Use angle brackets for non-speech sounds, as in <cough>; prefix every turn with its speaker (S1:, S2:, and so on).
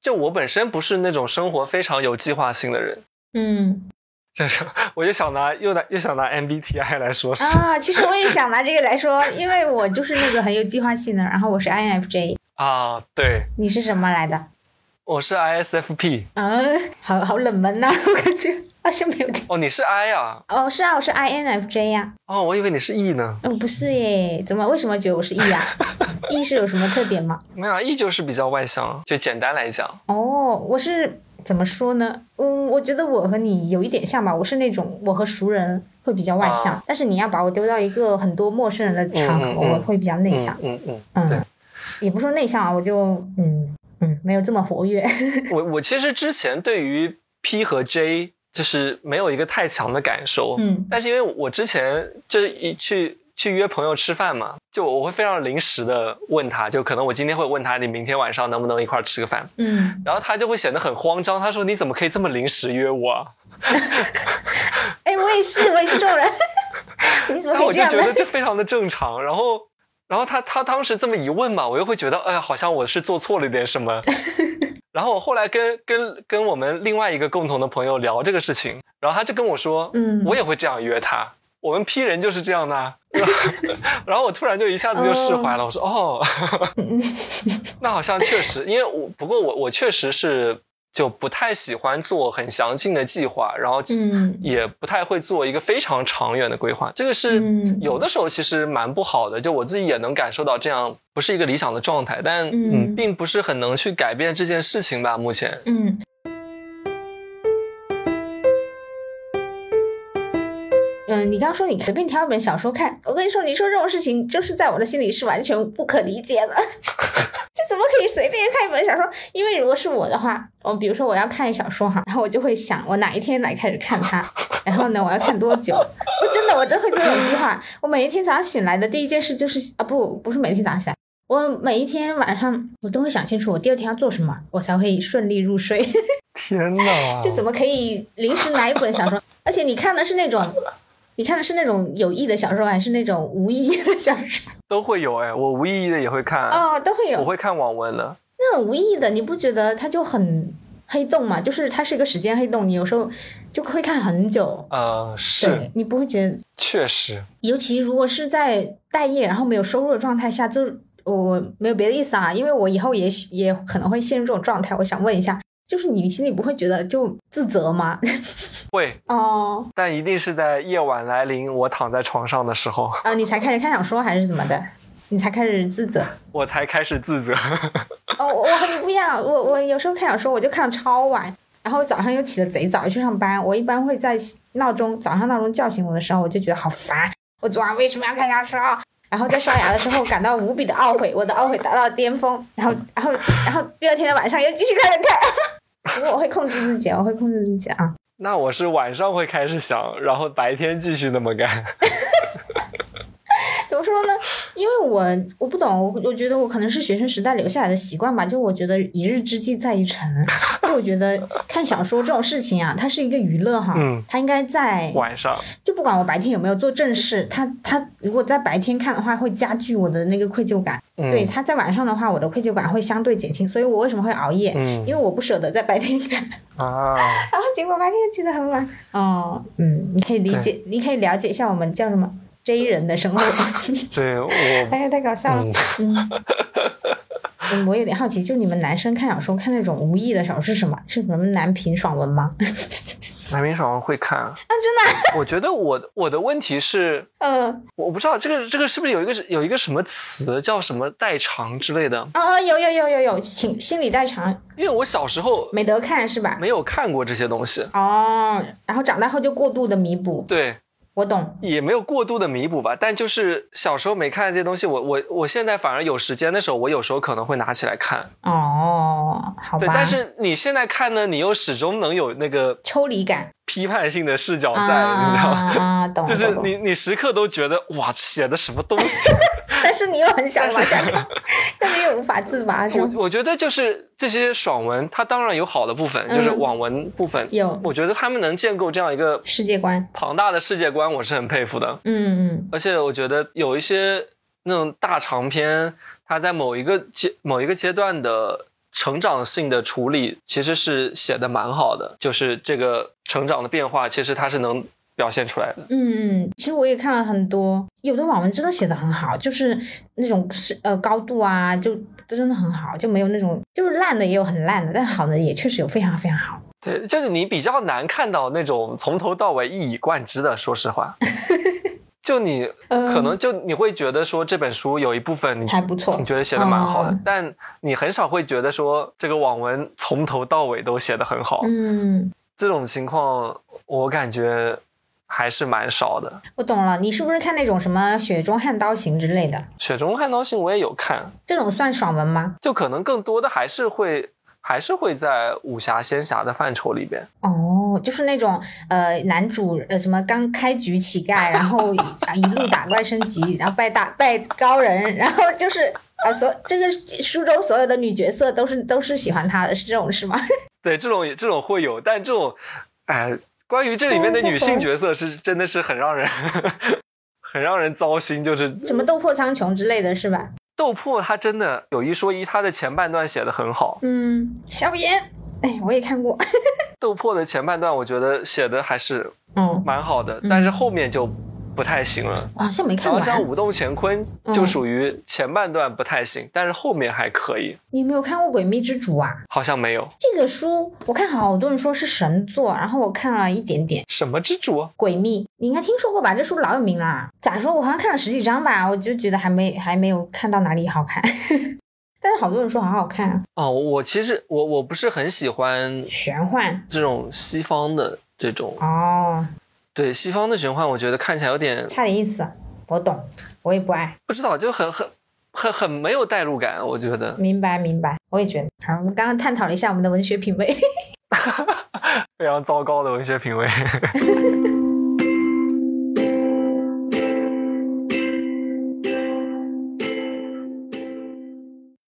S1: 就我本身不是那种生活非常有计划性的人，
S2: 嗯
S1: 但是我就想拿又拿又想拿 MBTI 来说事，
S2: 啊，其实我也想拿这个来说，因为我就是那个很有计划性的，然后我是 INFJ，
S1: 啊，对，
S2: 你是什么来的？
S1: 我是 ISFP，
S2: 嗯，好好冷门呐、我感觉好像没有听。
S1: 哦，你是 I 啊？
S2: 哦，是啊，我是 INFJ 呀、
S1: 哦，我以为你是 E 呢。
S2: 嗯，不是耶，怎么为什么觉得我是 E 呀、e <laughs> 是有什么特点吗？
S1: 没有啊，E 就是比较外向，就简单来讲，
S2: 哦，我是怎么说呢？嗯，我觉得我和你有一点像吧，我是那种我和熟人会比较外向，
S1: 啊
S2: 但是你要把我丢到一个很多陌生人的场合，
S1: 嗯嗯嗯
S2: 我会比较内向。
S1: 嗯嗯
S2: 嗯，
S1: 对
S2: 也不说内向啊，我就嗯嗯没有这么活
S1: <laughs>
S2: 跃。
S1: 嗯，我我其实之前对于 P 和 J 就是没有一个太强的感受，
S2: 嗯
S1: 但是因为我之前就是一去去约朋友吃饭嘛，就我会非常临时的问他，就可能我今天会问他，你明天晚上能不能一块儿吃个饭？
S2: 嗯，
S1: 然后他就会显得很慌张，他说你怎么可以这么临时约我啊？
S2: 哎，我也是，我也是这种人。 <laughs> 你怎么
S1: 然后
S2: 可以
S1: 我
S2: 这
S1: 就
S2: 样
S1: 觉得
S2: 呢？
S1: 这非常的正常，然后。然后他他当时这么一问嘛，我又会觉得，哎呀，好像我是做错了一点什么。 <laughs> 然后我后来跟跟跟我们另外一个共同的朋友聊这个事情，然后他就跟我说，
S2: 嗯
S1: 我也会这样约他，我们 P 人就是这样的啊。 <laughs> 然后然后我突然就一下子就释怀了，我说，哦，
S2: 嗯 <laughs>
S1: 那好像确实，因为我不过我我确实是就不太喜欢做很详尽的计划，然后
S2: 嗯
S1: 也不太会做一个非常长远的规划。这个是
S2: 嗯
S1: 有的时候其实蛮不好的，就我自己也能感受到这样不是一个理想的状态，但
S2: 嗯
S1: 嗯，并不是很能去改变这件事情吧。目前，
S2: 嗯，嗯，你刚说你随便挑一本小说看，我跟你说，你说这种事情就是在我的心里是完全不可理解的。 <laughs> 这怎么可以随便看一本小说？因为如果是我的话，我比如说我要看小说哈，然后我就会想我哪一天来开始看它，然后呢我要看多久？ <laughs> 我真的我真会做这种计划。我每一天早上醒来的第一件事就是啊不不是每天早上醒来，我每一天晚上我都会想清楚我第二天要做什么，我才会顺利入睡。 <laughs>
S1: 天哪
S2: 就怎么可以临时拿一本小说？ <laughs> 而且你看的是那种，你看的是那种有意的小说，还是那种无意义的小
S1: <laughs>
S2: 说？
S1: 都会有哎，我无意义的也会看，
S2: 哦，都会
S1: 我
S2: 有。
S1: 会看网文的。
S2: 那种无意义的，你不觉得它就很黑洞嘛？就是它是一个时间黑洞，你有时候就会看很久。
S1: 呃，是
S2: 对，你不会觉得，
S1: 确实，
S2: 尤其如果是在待业然后没有收入的状态下，就是我没有别的意思啊，因为我以后也许也可能会陷入这种状态。我想问一下，就是你心里不会觉得就自责吗？ <laughs>
S1: 会，
S2: 哦，
S1: 但一定是在夜晚来临，我躺在床上的时候， <laughs>
S2: 啊，你才开始看小说还是怎么的？你才开始自责？
S1: 我才开始自责。 <laughs>
S2: 哦，我我和你不一样，我我有时候看小说我就看得超晚，然后早上又起得贼早去上班。我一般会在闹钟早上闹钟叫醒我的时候，我就觉得好烦，我昨晚为什么要看小说？然后在刷牙的时候感到无比的懊悔，我的懊悔达到巅峰。然后然后然后第二天的晚上又继续开始看。 <laughs> 不过我会控制自己，我会控制自己啊。
S1: 那我是晚上会开始想，然后白天继续那么干。
S2: 怎么说呢？因为我我不懂，我我觉得我可能是学生时代留下来的习惯吧。就我觉得一日之计在于晨，就我觉得看小说这种事情啊，它是一个娱乐哈，
S1: 嗯
S2: 它应该在
S1: 晚上，
S2: 就不管我白天有没有做正事，它它如果在白天看的话，会加剧我的那个愧疚感。
S1: 嗯
S2: 对，它在晚上的话，我的愧疚感会相对减轻。所以我为什么会熬夜？
S1: 嗯
S2: 因为我不舍得在白天看， <laughs>
S1: 啊，
S2: 然后结果白天又起得很晚。哦，嗯，你可以理解，你可以了解一下我们叫什么 J 人
S1: <laughs>
S2: 的生活。
S1: 对我，
S2: 哎呀，太搞笑了。
S1: 嗯，
S2: 嗯，嗯我有点好奇，就你们男生看小说看那种无意的小说是什么？是什么男频爽文吗？
S1: 南明爽会看啊，真的。我觉得我我的问题是，
S2: 嗯，
S1: 我不知道这个这个是不是有一个有一个什么词叫什么代偿之类的，
S2: 哦，有有有有有，请心理代偿
S1: 因为我小时候
S2: 没得看是吧？
S1: 没有看过这些东西，
S2: 哦，然后长大后就过度的弥补，
S1: 对，
S2: 我懂。
S1: 也没有过度的弥补吧，但就是小时候没看这些东西，我我我现在反而有时间的时候，我有时候可能会拿起来看，
S2: 哦，好吧。
S1: 对，但是你现在看呢，你又始终能有那个
S2: 抽离感
S1: 批判性的视角
S2: 啊
S1: 在，你知道吗？
S2: 啊，懂了
S1: 就是
S2: 懂了。
S1: 你， <laughs> 你时刻都觉得哇，写的什么东西？啊
S2: 但是你又很想往下
S1: <laughs>
S2: 看，但是又无法自拔， <laughs> 是吗？
S1: 我我觉得就是这些爽文，它当然有好的部分，
S2: 嗯
S1: 就是网文部分。
S2: 有
S1: 我觉得他们能建构这样一个
S2: 世界观，
S1: 庞大的世界观，我是很佩服的。
S2: 嗯嗯
S1: 而且我觉得有一些那种大长篇，它在某一个阶某一个阶段的成长性的处理其实是写的蛮好的，就是这个成长的变化，其实它是能表现出来的。
S2: 嗯，其实我也看了很多，有的网文真的写的很好，就是那种是呃高度啊，就真的很好，就没有那种就是烂的也有很烂的，但好的也确实有非常非常好。
S1: 对，就是你比较难看到那种从头到尾一以贯之的，说实
S2: <laughs>
S1: 话。就你
S2: 嗯
S1: 可能就你会觉得说这本书有一部分你
S2: 还不错
S1: 你觉得写的蛮好的，
S2: 哦
S1: 但你很少会觉得说这个网文从头到尾都写的很好。
S2: 嗯，
S1: 这种情况我感觉还是蛮少的。
S2: 我懂了，你是不是看那种什么《雪中悍刀行》之类的？
S1: 《雪中悍刀行》我也有看，
S2: 这种算爽文吗？
S1: 就可能更多的还是会还是会在武侠仙侠的范畴里边。
S2: 哦，就是那种呃，男主呃什么刚开局乞丐，然后一啊一路打怪升级，然后拜大拜高人，然后就是呃所这个书中所有的女角色都是都是喜欢他的，是这种是吗？ <laughs>
S1: 对，这种也这种会有，但这种，哎，关于这里面的女性角色是真的是很让人 <laughs> 很让人糟心，就是
S2: 什么斗破苍穹之类的是吧？
S1: 斗破她真的有一说一，她的前半段写的很好，
S2: 嗯，小野，哎，我也看过，
S1: 斗破的前半段我觉得写的还是
S2: 嗯，
S1: 蛮好的，
S2: 嗯
S1: 但是后面就不太行了。
S2: 我好像没看
S1: 然后像
S2: 完，
S1: 舞动乾坤
S2: 嗯
S1: 就属于前半段不太行，但是后面还可以，
S2: 你没有看过《诡秘之主》啊？
S1: 好像没有
S2: 这个书我看好多人说是神作，然后我看了一点点。
S1: 什么之主啊，
S2: 诡秘，你应该听说过吧？这书老有名了。咋说？我好像看了十几章吧，我就觉得还没还没有看到哪里好看。 <laughs> 但是好多人说很好看啊，
S1: 哦，我其实我我不是很喜欢
S2: 玄幻
S1: 这种西方的这种
S2: 哦，
S1: 对西方的玄幻，我觉得看起来有点
S2: 差点意思。我懂，我也不爱，
S1: 不知道，就很很很很没有代入感。我觉得，
S2: 明白明白，我也觉得。好，我们刚刚探讨了一下我们的文学品味。
S1: 非常糟糕的文学品味。